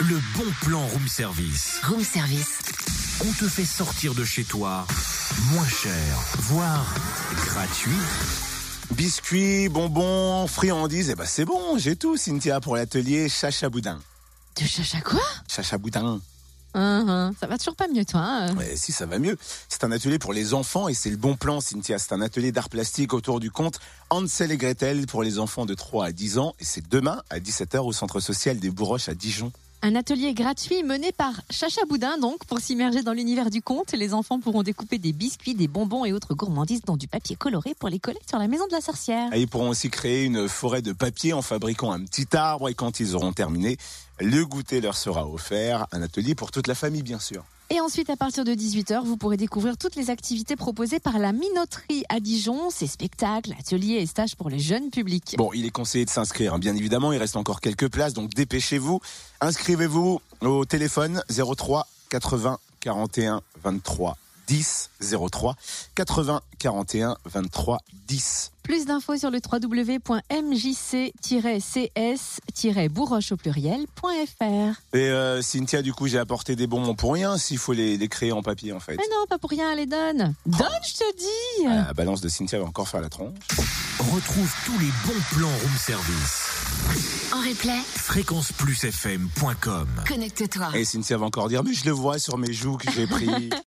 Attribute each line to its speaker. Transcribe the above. Speaker 1: Le bon plan room service.
Speaker 2: Room service.
Speaker 1: On te fait sortir de chez toi moins cher, voire gratuit.
Speaker 3: Biscuits, bonbons, friandises, et ben c'est bon, j'ai tout, Cynthia, pour l'atelier Chacha Boudin.
Speaker 2: De chacha quoi
Speaker 3: Chacha Boudin.
Speaker 2: Hein, hein, Ça va toujours pas mieux, toi. hein
Speaker 3: Ouais, si, ça va mieux. C'est un atelier pour les enfants et c'est le bon plan, Cynthia. C'est un atelier d'art plastique autour du conte Hansel et Gretel pour les enfants de 3 à 10 ans. Et c'est demain à 17h au centre social des Bourroches à Dijon.
Speaker 2: Un atelier gratuit mené par Chacha Boudin, donc, pour s'immerger dans l'univers du conte. Les enfants pourront découper des biscuits, des bonbons et autres gourmandises dans du papier coloré pour les coller sur la maison de la sorcière.
Speaker 3: Et Ah, ils pourront aussi créer une forêt de papier en fabriquant un petit arbre. Et quand ils auront terminé, le goûter leur sera offert. Un atelier pour toute la famille, bien sûr.
Speaker 2: Et ensuite, à partir de 18h, vous pourrez découvrir toutes les activités proposées par la Minoterie à Dijon, ses spectacles, ateliers et stages pour les jeunes publics.
Speaker 3: Bon, il est conseillé de s'inscrire, hein. bien évidemment. Il reste encore quelques places, donc dépêchez-vous. Inscrivez-vous au téléphone 03 80 41 23 10 03 80 41 23 10.
Speaker 2: Plus d'infos sur le www.mjc-cs-bourroche au pluriel.fr.
Speaker 3: Et euh, Cynthia, du coup, j'ai apporté des bonbons pour rien s'il faut les, les créer en papier en fait.
Speaker 2: Mais non, pas pour rien, allez, donne. Donne, je te dis
Speaker 3: Ah, La balance de Cynthia va encore faire la tronche.
Speaker 1: Retrouve tous les bons plans room service.
Speaker 2: En replay,
Speaker 1: Fréquenceplusfm.com
Speaker 2: connecte-toi.
Speaker 3: Et Cynthia va encore dire Mais je le vois sur mes joues que j'ai pris.